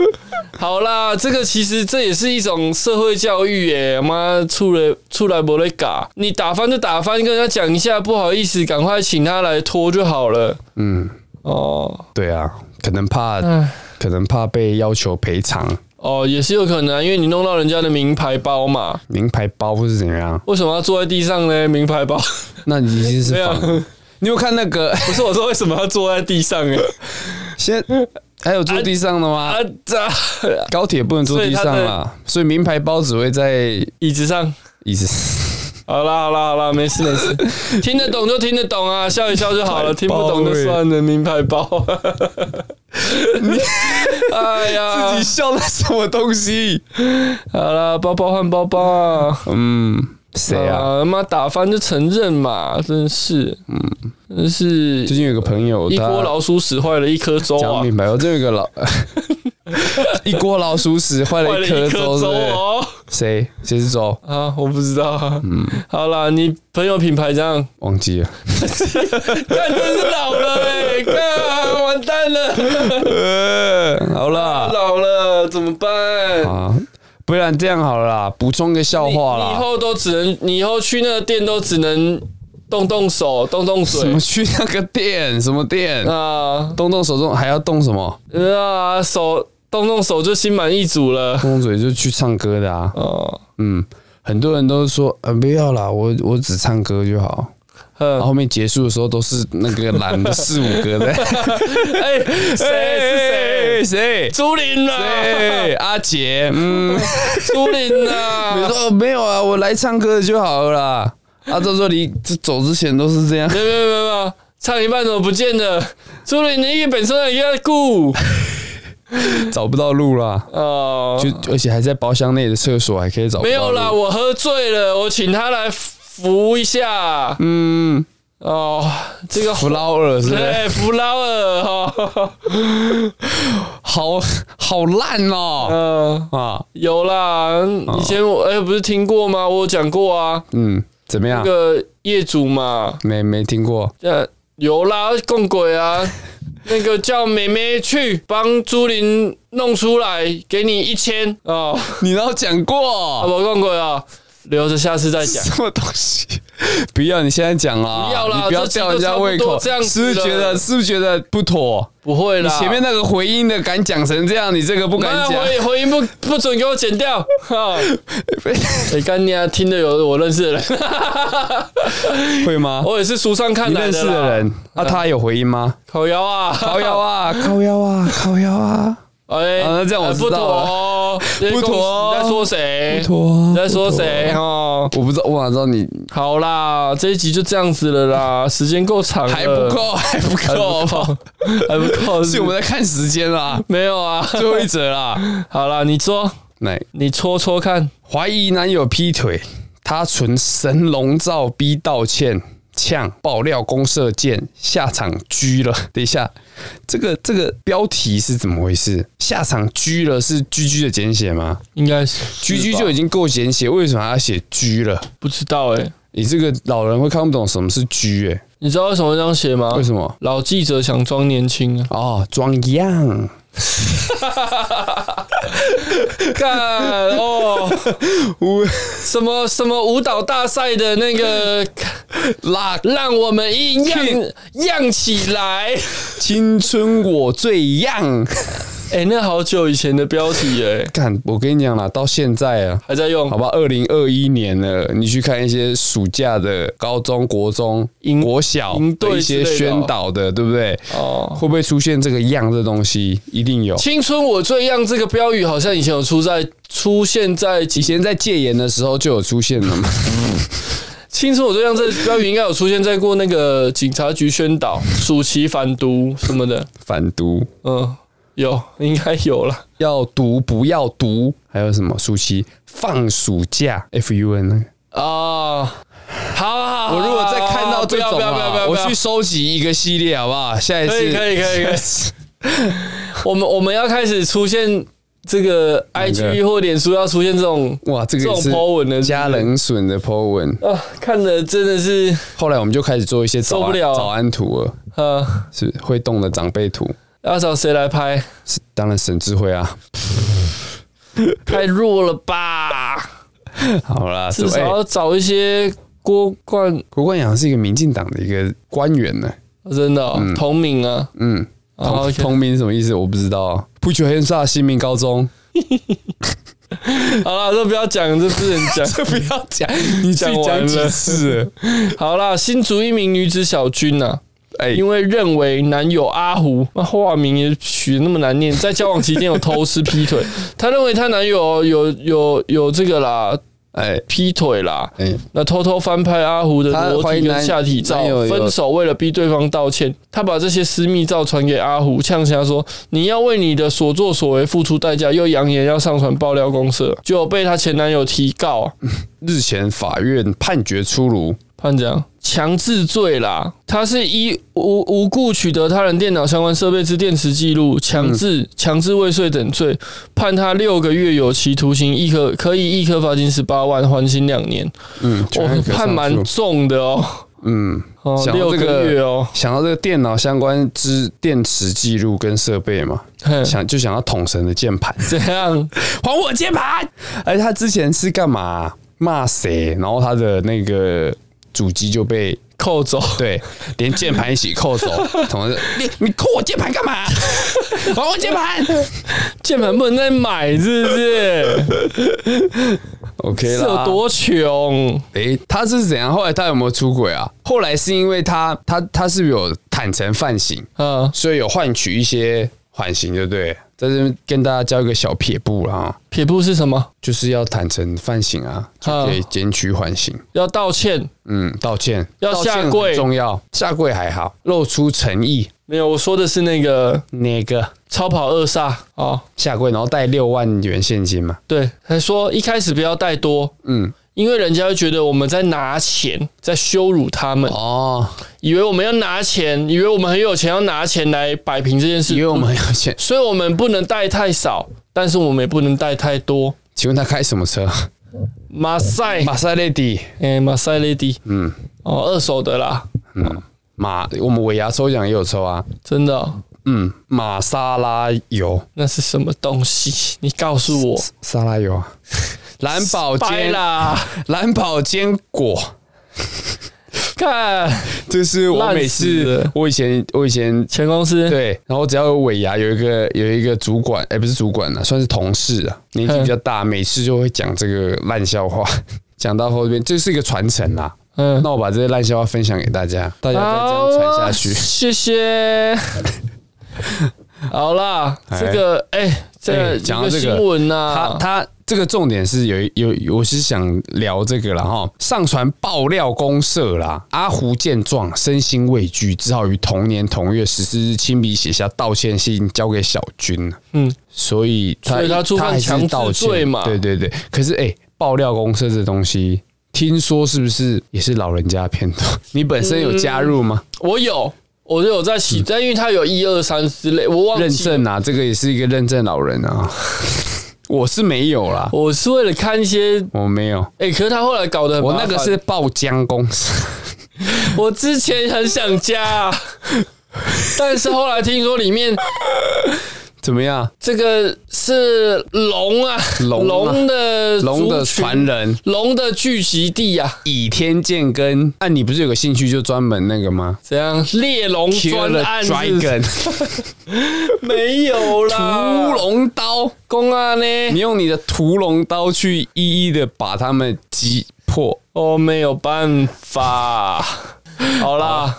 S1: 好啦，这个其实这也是一种社会教育耶、妈出来出来不会嘎，你打翻就打翻，跟人家讲一下，不好意思，赶快请他来拖就好了。
S2: 嗯，
S1: 哦
S2: 对啊，可能怕
S1: 唉，
S2: 可能怕被要求赔偿，
S1: 哦，也是有可能、啊，因为你弄到人家的名牌包嘛。
S2: 名牌包或是怎样，
S1: 为什么要坐在地上呢？名 牌包
S2: 那你一定是
S1: 没有
S2: 反。你有看那个？
S1: 不是我说为什么要坐在地上哎、
S2: 先还有坐地上的吗
S1: 啊？这
S2: 高铁不能坐地上
S1: 所以它
S2: 啦，所以名牌包只会在
S1: 椅子上。
S2: 椅子。
S1: 好啦好啦好啦，没事没事， 听得懂就听得懂啊，笑一笑就好了，听
S2: 名
S1: 不
S2: 牌包
S1: 懂就算了。名牌 包，哎呀，
S2: 笑的什么东西？
S1: 好啦，包包换包包啊，
S2: 嗯，谁啊？
S1: 啊？妈打翻就承认嘛，真是，嗯，真是
S2: 最近有个朋友，
S1: 一
S2: 他
S1: 锅老鼠屎坏了一颗粥
S2: 讲
S1: 啊，
S2: 明白，我这有一个老 一锅老 鼠屎
S1: 坏
S2: 坏了
S1: 了
S2: 一
S1: 一
S2: 颗
S1: 颗
S2: 粥，是
S1: 粥
S2: 不是
S1: 哦。
S2: 谁？谁是粥？
S1: 啊，我不知道啊。好啦，你朋友品牌这样，
S2: 忘记 了。
S1: 看真是老了哎、欸， 看完蛋了，
S2: 好了
S1: 老了怎么办？
S2: 啊，不然这样好了啦，补充个笑
S1: 你
S2: 话
S1: 你以
S2: 啦。
S1: 后都只能，你以后去那个店都只能动动手、动动
S2: 什
S1: 嘴
S2: 么去那个店？ 什么店？
S1: 啊
S2: 动动手中还要动 什么？
S1: 啊，手动动手就心满意足 了。
S2: 动动嘴就去唱歌的啊。
S1: 哦，
S2: 嗯，很多人都说，呃，不要啦，我我只唱歌就好。然后
S1: 嗯，
S2: 后面结束的时候都是那个男的四五个的，
S1: 哎， 谁是谁？
S2: 谁
S1: 朱琳呐，
S2: 谁阿杰，嗯，
S1: 朱琳
S2: 你
S1: 呐，
S2: 说哦没有啊，我来唱歌就好了啦。啊，到时候你走之前都是这样，
S1: 没有没有没有没有，唱一半怎么不见了？朱琳，你本身也要顾。
S2: 找不到路啦。
S1: 哦，
S2: 就而且还在包厢内的厕所还可以找不到
S1: 没有啦，
S2: 路，
S1: 我喝醉了，我请他来扶一下。
S2: 嗯，
S1: 哦，这个
S2: 弗劳尔是不 是？
S1: 对扶老哦尔哈，
S2: 好好烂哦、
S1: 嗯，
S2: 啊，
S1: 有啦，
S2: 哦
S1: 以前我哎、不是听过吗？我有讲过啊，
S2: 嗯，怎么样
S1: 那？个业主嘛，
S2: 没没听过，
S1: 呃，有啦，共轨 啊，那个叫妹妹去帮朱琳弄出来，给你一千哦，
S2: 你哪有讲
S1: 啊
S2: 过？
S1: 不共轨啊，留着下次再讲。
S2: 什么东西？不要，你现在讲啊！
S1: 不要啦
S2: 你不要吊人家胃
S1: 这集都差不多
S2: 口，
S1: 这样子
S2: 是不
S1: 了
S2: 是觉得是不是觉得不妥？
S1: 不会
S2: 你
S1: 啦，
S2: 前面那个回音的敢讲成这样，你这个不敢
S1: 那
S2: 讲。
S1: 哎回回音不不准给我剪掉！ 哈，哎，干你啊！听的有我认识的 人，
S2: 会吗？
S1: 我也是书上看
S2: 你
S1: 来
S2: 认
S1: 的
S2: 识
S1: 啦
S2: 的人，那、他有回音吗？
S1: 烤窑啊，
S2: 靠腰啊，靠腰啊，靠腰啊！
S1: 哎，
S2: 啊那这样我
S1: 哎
S2: 知
S1: 不妥
S2: 道了
S1: 哦，
S2: 不妥哦
S1: 你在说谁？
S2: 不妥啊
S1: 你在说谁？哦，
S2: 我不知道，我哪知道你
S1: 好啦，这一集就这样子了啦，时间够长了，
S2: 还不，够，还不
S1: 呃还
S2: 够，好
S1: 不
S2: 不好
S1: 够，还不够，，
S2: 是我们在看时间啦
S1: 没有啊？
S2: 最后一则啦。
S1: 好啦，你说，
S2: 来，
S1: 你戳戳看，
S2: 怀疑男友劈腿，她存神龙照逼道歉，呛爆料公社见，下场拘了。 等一下，这个这个标题是怎么回事？下场拘了是居居的简写吗？
S1: 应该是
S2: 居居就
S1: 吧
S2: 已经够简写，为什么还要写居了？
S1: 不知道哎，
S2: 你这个老人会看不懂什么是居哎、
S1: 你知道为什么这样写吗？
S2: 为什么？
S1: 老记者想装年轻啊！
S2: 哦，装样。
S1: 干 哦，
S2: 我
S1: 什么什么舞蹈大赛的那 个，
S2: 啦，
S1: 让我们一样样起来，
S2: 青春我最样。
S1: 哎、那好久以前的标题哎、
S2: 干，我跟你讲啦，到现在啊，
S1: 还在用
S2: 好吧，二零二一年了，你去看一些暑假的高中、国中
S1: 营、
S2: 国小
S1: 营队
S2: 的一
S1: 之
S2: 些
S1: 类的哦
S2: 宣导的，对不对？
S1: 哦。
S2: 会不会出现这个样这东西？一定有。
S1: 青春我最样这个标语好像以前有出在出现在
S2: 以前在戒严的时候就有出现了嘛，
S1: 青春我最样这个标语应该有出现在过那个警察局宣导暑期反毒什么的，
S2: 反毒
S1: 嗯，有应该有了。
S2: 要毒不要毒，还有什么暑期放暑假 F U N 那个。
S1: 啊，好好好，
S2: 我如果再看到这种
S1: 啊不要不要不要
S2: 啊，
S1: 不
S2: 我
S1: 要，
S2: 去收集一个系列好不好？下一次
S1: 可以可以可以可以 我们我们要开始出现这个 IG 或脸书要出现这种
S2: 哇，这个也
S1: 这
S2: 是
S1: 种 po 文的
S2: 加冷笋的 po 文。
S1: 啊，看的真的是
S2: 后来我们就开始做一些早
S1: 受不
S2: 安
S1: 了
S2: 早安图了，
S1: 啊，
S2: 是会动的长辈图，
S1: 要找谁来拍？
S2: 是当然沈智慧啊。
S1: 太弱了吧？
S2: 好啦，
S1: 至少
S2: 哎
S1: 要找一些郭冠，
S2: 郭冠阳是一个民进党的一个官员呢、
S1: 真的哦同名啊，
S2: 嗯，
S1: 哦
S2: 同、
S1: OK
S2: 同名什么意思？我不知道、啊。不求很煞，新民高中，
S1: 好了，这不要讲，这不能 讲，这不要讲。
S2: 你
S1: 讲完了
S2: 次了？
S1: 好啦，新竹一名女子小军呐、
S2: 哎、
S1: 因为认为男友阿胡，那化名也取得那么难念，在交往期间有偷吃劈 腿，她认为她男友哦有有有这个啦，
S2: 哎
S1: 劈腿啦，
S2: 哎，
S1: 那偷偷翻拍阿胡的裸
S2: 她怀疑
S1: 体跟
S2: 男
S1: 下体照
S2: 男友，有
S1: 分手为了逼对方道歉，她把这些私密照传给阿胡，呛下说你要为你的所作所为付出代价，又扬言要上传爆料公社，就有被她前男友提告、啊。
S2: 日前法院判决出炉，
S1: 判讲强制罪啦，他是依无无故取得他人电脑相关设备之电池记录，强
S2: 嗯
S1: 制强制未遂等罪，判他六个月有期徒刑，一科可以一科罚金十八万，缓刑两年。
S2: 嗯，
S1: 哇、
S2: 全案可上
S1: 哦判蛮
S2: 诉
S1: 重的哦，
S2: 嗯，
S1: 哦，
S2: 想
S1: 六
S2: 到这个
S1: 个月哦，
S2: 想到这个电脑相关之电池记录跟设备嘛，
S1: 嘿
S2: 想就想要统神的键盘，
S1: 怎样？
S2: 还我键盘！而且他之前是干嘛骂谁，然后他的那个主机就 被
S1: 扣走？
S2: 对连键盘一起扣走， 同事你你扣我键盘干 嘛？还我键盘
S1: 键盘不能再买，是不 是？
S2: ！OK
S1: 是
S2: 啦，
S1: 有多穷？
S2: 诶、他是怎样？后来他有没有出轨啊？后来是因为他他他是不是有坦诚犯行，
S1: 啊？
S2: 所以有换取一些缓刑，对不对？在这边跟大家教一个小撇步啦，哈
S1: 撇步是什么？
S2: 就是要坦诚犯行啊，就可以减取缓刑。
S1: 要道歉？
S2: 嗯，道歉
S1: 要
S2: 道歉
S1: 下跪
S2: 很重要，下跪还好，露出诚意。
S1: 没有，我说的是那个
S2: 那个
S1: 超跑二煞啊。哦
S2: 下跪，然后带六万元现金嘛？
S1: 对，他说一开始不要带多，
S2: 嗯，
S1: 因为人家会觉得我们在拿钱，在羞辱他们，
S2: 哦，
S1: 以为我们要拿钱，以为我们很有钱，要拿钱来摆平这件事。
S2: 因为我们很有钱。
S1: 所以我们不能带太少，但是我们也不能带太多。
S2: 请问他开什么车？
S1: 马赛，
S2: 玛莎拉蒂。
S1: 哎，马赛 lady，
S2: 嗯
S1: 哦，二手的啦，
S2: 嗯，马，我们尾牙抽奖也有抽啊。
S1: 真的哦、
S2: 嗯，玛莎拉油，
S1: 那是什么东西？你告诉我，
S2: 沙拉油啊，蓝宝
S1: 掰
S2: 坚，
S1: 啦，
S2: 蓝宝坚果。
S1: 看
S2: 这是我
S1: 烂
S2: 每
S1: 死
S2: 次
S1: 了，
S2: 我以前，我以前
S1: 前公司，
S2: 对，然后只要有尾牙，有一个有一个主管，哎、不是主管啊，算是同事啊，年纪比
S1: 嗯
S2: 较大，每次就会讲这个烂笑话， 讲到后面这是一个传承啦。
S1: 嗯
S2: 那，我把这些烂笑话分享给大家，大家再这样传下去
S1: 好。啊谢谢。 好啦，
S2: 哎
S1: 这个哎，这个
S2: 哎讲到
S1: 一
S2: 这个
S1: 新闻啊呐，
S2: 他他这个重点是有一有有，我是想聊这个了哈。上传爆料公社啦，阿胡见状身心畏惧，只好于同年同月十四日亲笔写下道歉信，交给小军了。
S1: 嗯，
S2: 所以他
S1: 所以他触犯
S2: 还是
S1: 强制
S2: 道歉
S1: 罪嘛
S2: 对对对。可是哎、爆料公社这东西，听说是不是也是老人家偏多？ 你本身有加入吗？
S1: 我有，我有在起，但因为它有一二三之类，我忘
S2: 嗯认
S1: 记。
S2: 证啊，这个也是一个认证老人啊。 我是没有啦，
S1: 我是为了看一些，
S2: 我没有。
S1: 哎，可是他后来搞得很
S2: 我
S1: 麻
S2: 那
S1: 烦
S2: 个是爆浆公司，
S1: 我之前很想加啊，但是后来听说里面
S2: 怎么样？
S1: 这个是龙啊，
S2: 龙啊
S1: 的
S2: 龙的
S1: 族群
S2: 传人
S1: 龙的聚集地啊，
S2: 倚天剑跟啊，你不是有个兴趣就专门那个吗？
S1: 怎样猎龙
S2: Kill
S1: 专
S2: the
S1: 案是啊不是
S2: dragon，
S1: 没有啦，
S2: 屠龙刀，
S1: 公啊呢？
S2: 你用你的屠龙刀去一一的把他们击破
S1: 哦，没有办法。好啦，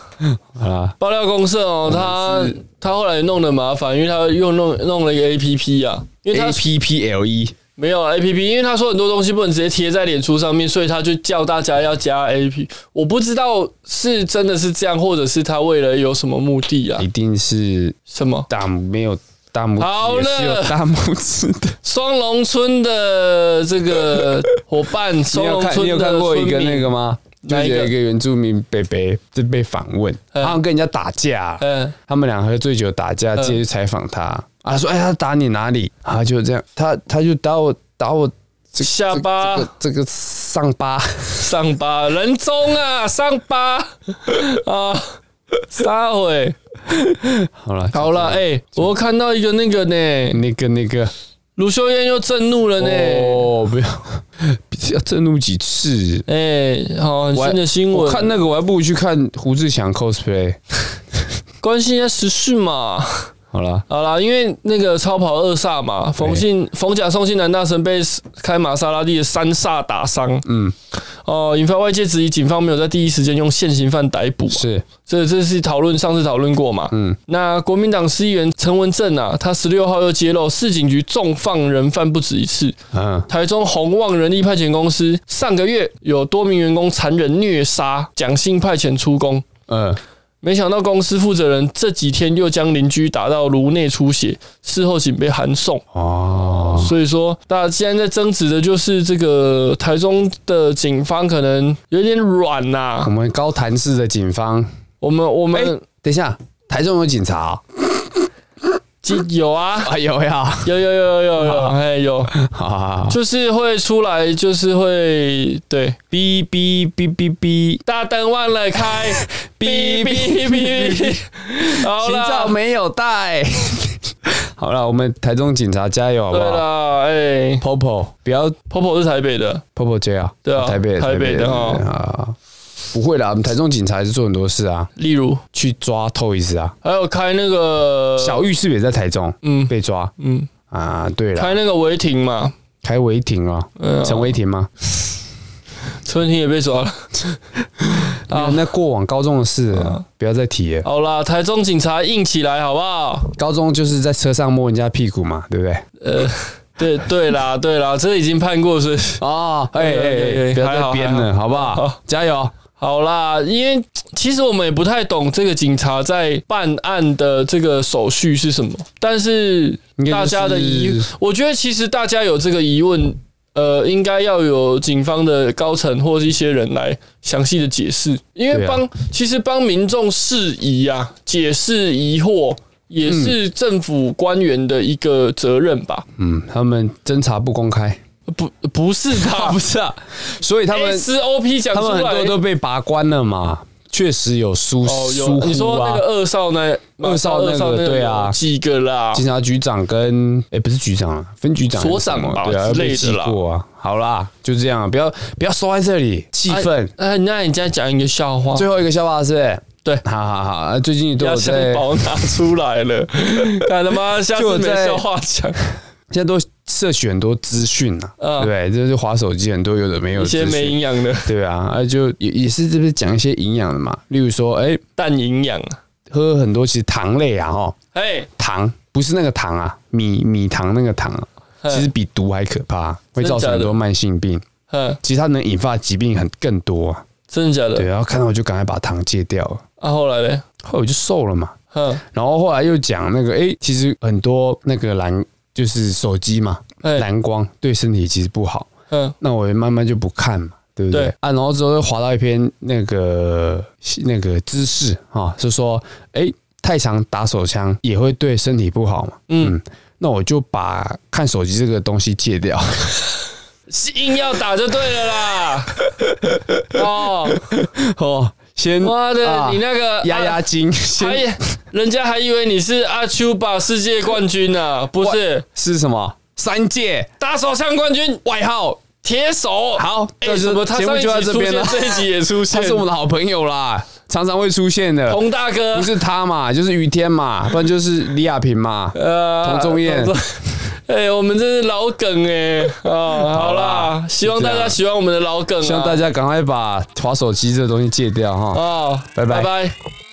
S2: 啊！
S1: 爆料公社哦，他他后来弄得麻烦，因为他又弄弄了一个 A P P 啊，因为他
S2: A P P L E
S1: 没有啊 A P P，因为他说很多东西不能直接贴在脸书上面，所以他就叫大家要加 A P。我不知道是真的是这样，或者是他为了有什么目的啊
S2: 一？定是
S1: 什么？
S2: 大拇没有大拇
S1: 好
S2: 指，
S1: 了
S2: 也是有大拇指的。
S1: 双龙村的这 个伙伴，
S2: 你
S1: 双
S2: 有
S1: 龙
S2: 看你有
S1: 村
S2: 看
S1: 的
S2: 过一个
S1: 村民
S2: 那个？吗？就
S1: 哪一
S2: 有
S1: 个
S2: 一个原住民北北就被访问，他
S1: 嗯
S2: 好像跟人家打架，啊
S1: 嗯
S2: 他们俩喝醉酒打架，直接去采访他啊，他说哎他打你哪里啊？就这样，他他就打我打我这
S1: 下巴
S2: 这个这个上巴，
S1: 上巴人中啊，上巴啊，撒会
S2: 好了
S1: 好了，哎、我又看到一个那个呢，
S2: 那个那个
S1: 卢秀燕又震怒了呢。
S2: 哦，不要要震怒几次。
S1: 哎、好、
S2: 我还
S1: 新的新
S2: 我
S1: 闻，
S2: 看那个我还不如去看胡志强 cosplay。
S1: 关心一下时事嘛。
S2: 好了，
S1: 好啦，因为那个超跑二煞
S2: 哎
S1: 嘛，冯信冯甲送信男大神被开玛莎拉蒂的三煞打伤，嗯，哦，引发外界质疑，警方没有在第一时间用现行犯逮捕、啊，
S2: 是
S1: 这这是讨论上次讨论过嘛，嗯，那国民党市议员陈文正啊，他十六号又揭露市警局重放人犯不止一次，
S2: 嗯，
S1: 台中宏旺人力派遣公司上个月有多名员工残忍虐杀，蒋姓派遣出工，
S2: 嗯，
S1: 没想到公司负责人这几天又将邻居打到颅内出血，事后仅被函送。
S2: 哦，
S1: 所以说，大家现在在争执的就是这个台中的警方可能有点软呐、
S2: 我们高潭市的警方，
S1: 我们我
S2: 哎、
S1: 们、
S2: 等一下，台中有警察、哦？
S1: 这有啊，
S2: 啊，有呀，
S1: 有有有有有，哎有，
S2: 好好好，
S1: 就是会出来，就是会对。
S2: 哔哔哔哔哔，
S1: 大灯忘了 开，哔哔哔哔， 好
S2: 心
S1: 了
S2: 照，没有带。 好了，我们台中警察加油，好不
S1: 对
S2: 好
S1: 了，哎
S2: ？Popo，不要
S1: ，Popo 是台北的，
S2: Popo J 啊，
S1: 对啊
S2: 台北
S1: 台北的哦
S2: 啊，不会啦，我们台中警察还是做很多事啊，
S1: 例如
S2: 去抓 Toys 啊，
S1: 还有开那个
S2: 小玉是不是也在台中？
S1: 呃嗯
S2: 被抓
S1: 嗯，
S2: 啊，对了，
S1: 开啊那个违停嘛，
S2: 开违停哦，陈违停吗？
S1: 春婷也被抓了。
S2: 啊，那过往高中的事
S1: 啊
S2: 了不要再提了，
S1: 好啦，台中警察硬起来好不好？
S2: 高中就是在车上摸人家屁股嘛，对不对？
S1: 呃，对对啦，对啦，这已经判过是不是。
S2: 哦，哎
S1: 哎哎
S2: 哎
S1: 哎
S2: 哎，不要
S1: 还好
S2: 再编
S1: 还
S2: 了，
S1: 好哦
S2: 好不好
S1: 好？
S2: 加油！
S1: 好啦，因为其实我们也不太懂这个警察在办案的这个手续是什么，但是
S2: 应该就是
S1: 大家的疑，我觉得其实大家有这个疑问，呃，应该要有警方的高层或是一些人来详细的解释，因为
S2: 对啊
S1: 帮、其实帮民众释疑啊，解释疑惑。也是政府官员的一个责任吧？
S2: 嗯，他们侦查不公开，
S1: 不，不是 他，不是啊，
S2: 所以他
S1: 他
S2: 们
S1: 们 SOP 讲
S2: 他
S1: 出
S2: 们
S1: 来，
S2: 很多都被拔关了嘛，确实有疏
S1: 哦，
S2: 疏
S1: 有你
S2: 忽
S1: 说那
S2: 啊
S1: 个。二少那
S2: 二少那个
S1: 二少
S2: 对啊
S1: 有几个啦？
S2: 警察局长跟哎、不是局长啊，分局长还是
S1: 所长
S2: 什么
S1: 吧
S2: 对啊，
S1: 之类的
S2: 被记
S1: 啦
S2: 过啊。好啦，就这样啊，不要不要收在这里，气愤。
S1: 哎、那你再讲一个笑话，
S2: 最后一个笑话是不是，
S1: 对
S2: 好好好，啊最近都
S1: 压
S2: 有
S1: 箱
S2: 在，
S1: 宝拿出来 了，看他妈下
S2: 就
S1: 次
S2: 我
S1: 没
S2: 在
S1: 笑话讲，
S2: 现在都摄取很多资讯啊，
S1: 嗯
S2: 对不对，就是划手机很多有的没有
S1: 一
S2: 的
S1: 些
S2: 资
S1: 没
S2: 讯
S1: 营。养的，
S2: 对啊，啊就也也是这边讲一些营养的嘛，例如说，哎、
S1: 淡营养。
S2: 喝很多其实糖类啊，哦，
S1: 哎，
S2: 糖不是那个糖啊，米米糖那个糖啊，
S1: 嗯
S2: 其实比毒还可怕、会造成很多慢性病。
S1: 嗯，
S2: 其实它能引发疾病很更多、啊，
S1: 真的假的？
S2: 对。然后看到我就赶快把糖戒掉了，
S1: 啊，后来嘞，
S2: 后来我就瘦了嘛。
S1: 哼，
S2: 然后后来又讲那个，哎，其实很多那个蓝就是手机嘛，
S1: 哎
S2: 蓝光对身体其实不好。
S1: 嗯，
S2: 那我慢慢就不看嘛，对不对？
S1: 对
S2: 啊，然后之后又滑到一篇那个那个知识啊，是说，哎，太常打手枪也会对身体不好嘛。嗯，那我就把看手机这个东西戒掉。
S1: 是硬要打就对了啦。哦，
S2: 哦，先
S1: 妈的
S2: 啊
S1: 你那个
S2: 压
S1: 啊
S2: 压惊，
S1: 哎
S2: 先
S1: 呀，人家还以为你是阿丘巴世界冠军呢、不是
S2: 是什么三届
S1: 打手枪冠军，
S2: 外号？
S1: 铁手。
S2: 好
S1: 哎、
S2: 那就
S1: 怎么他
S2: 节目
S1: 上一集
S2: 就到这
S1: 出
S2: 边
S1: 现
S2: 了
S1: 这一集也出现，
S2: 他是我们的好朋友啦，常常会出现 的。
S1: 洪大哥，
S2: 不是他嘛，就是于天嘛，不然就是李亚平嘛，
S1: 呃
S2: 童仲彦。
S1: 哎、我们真是老梗哎、哦，好啦，希望大
S2: 就
S1: 家
S2: 这样
S1: 喜欢我们的老梗、啊，
S2: 希望大家赶快把划手机这个东西戒掉哈。
S1: 哦，
S2: 拜拜
S1: 拜拜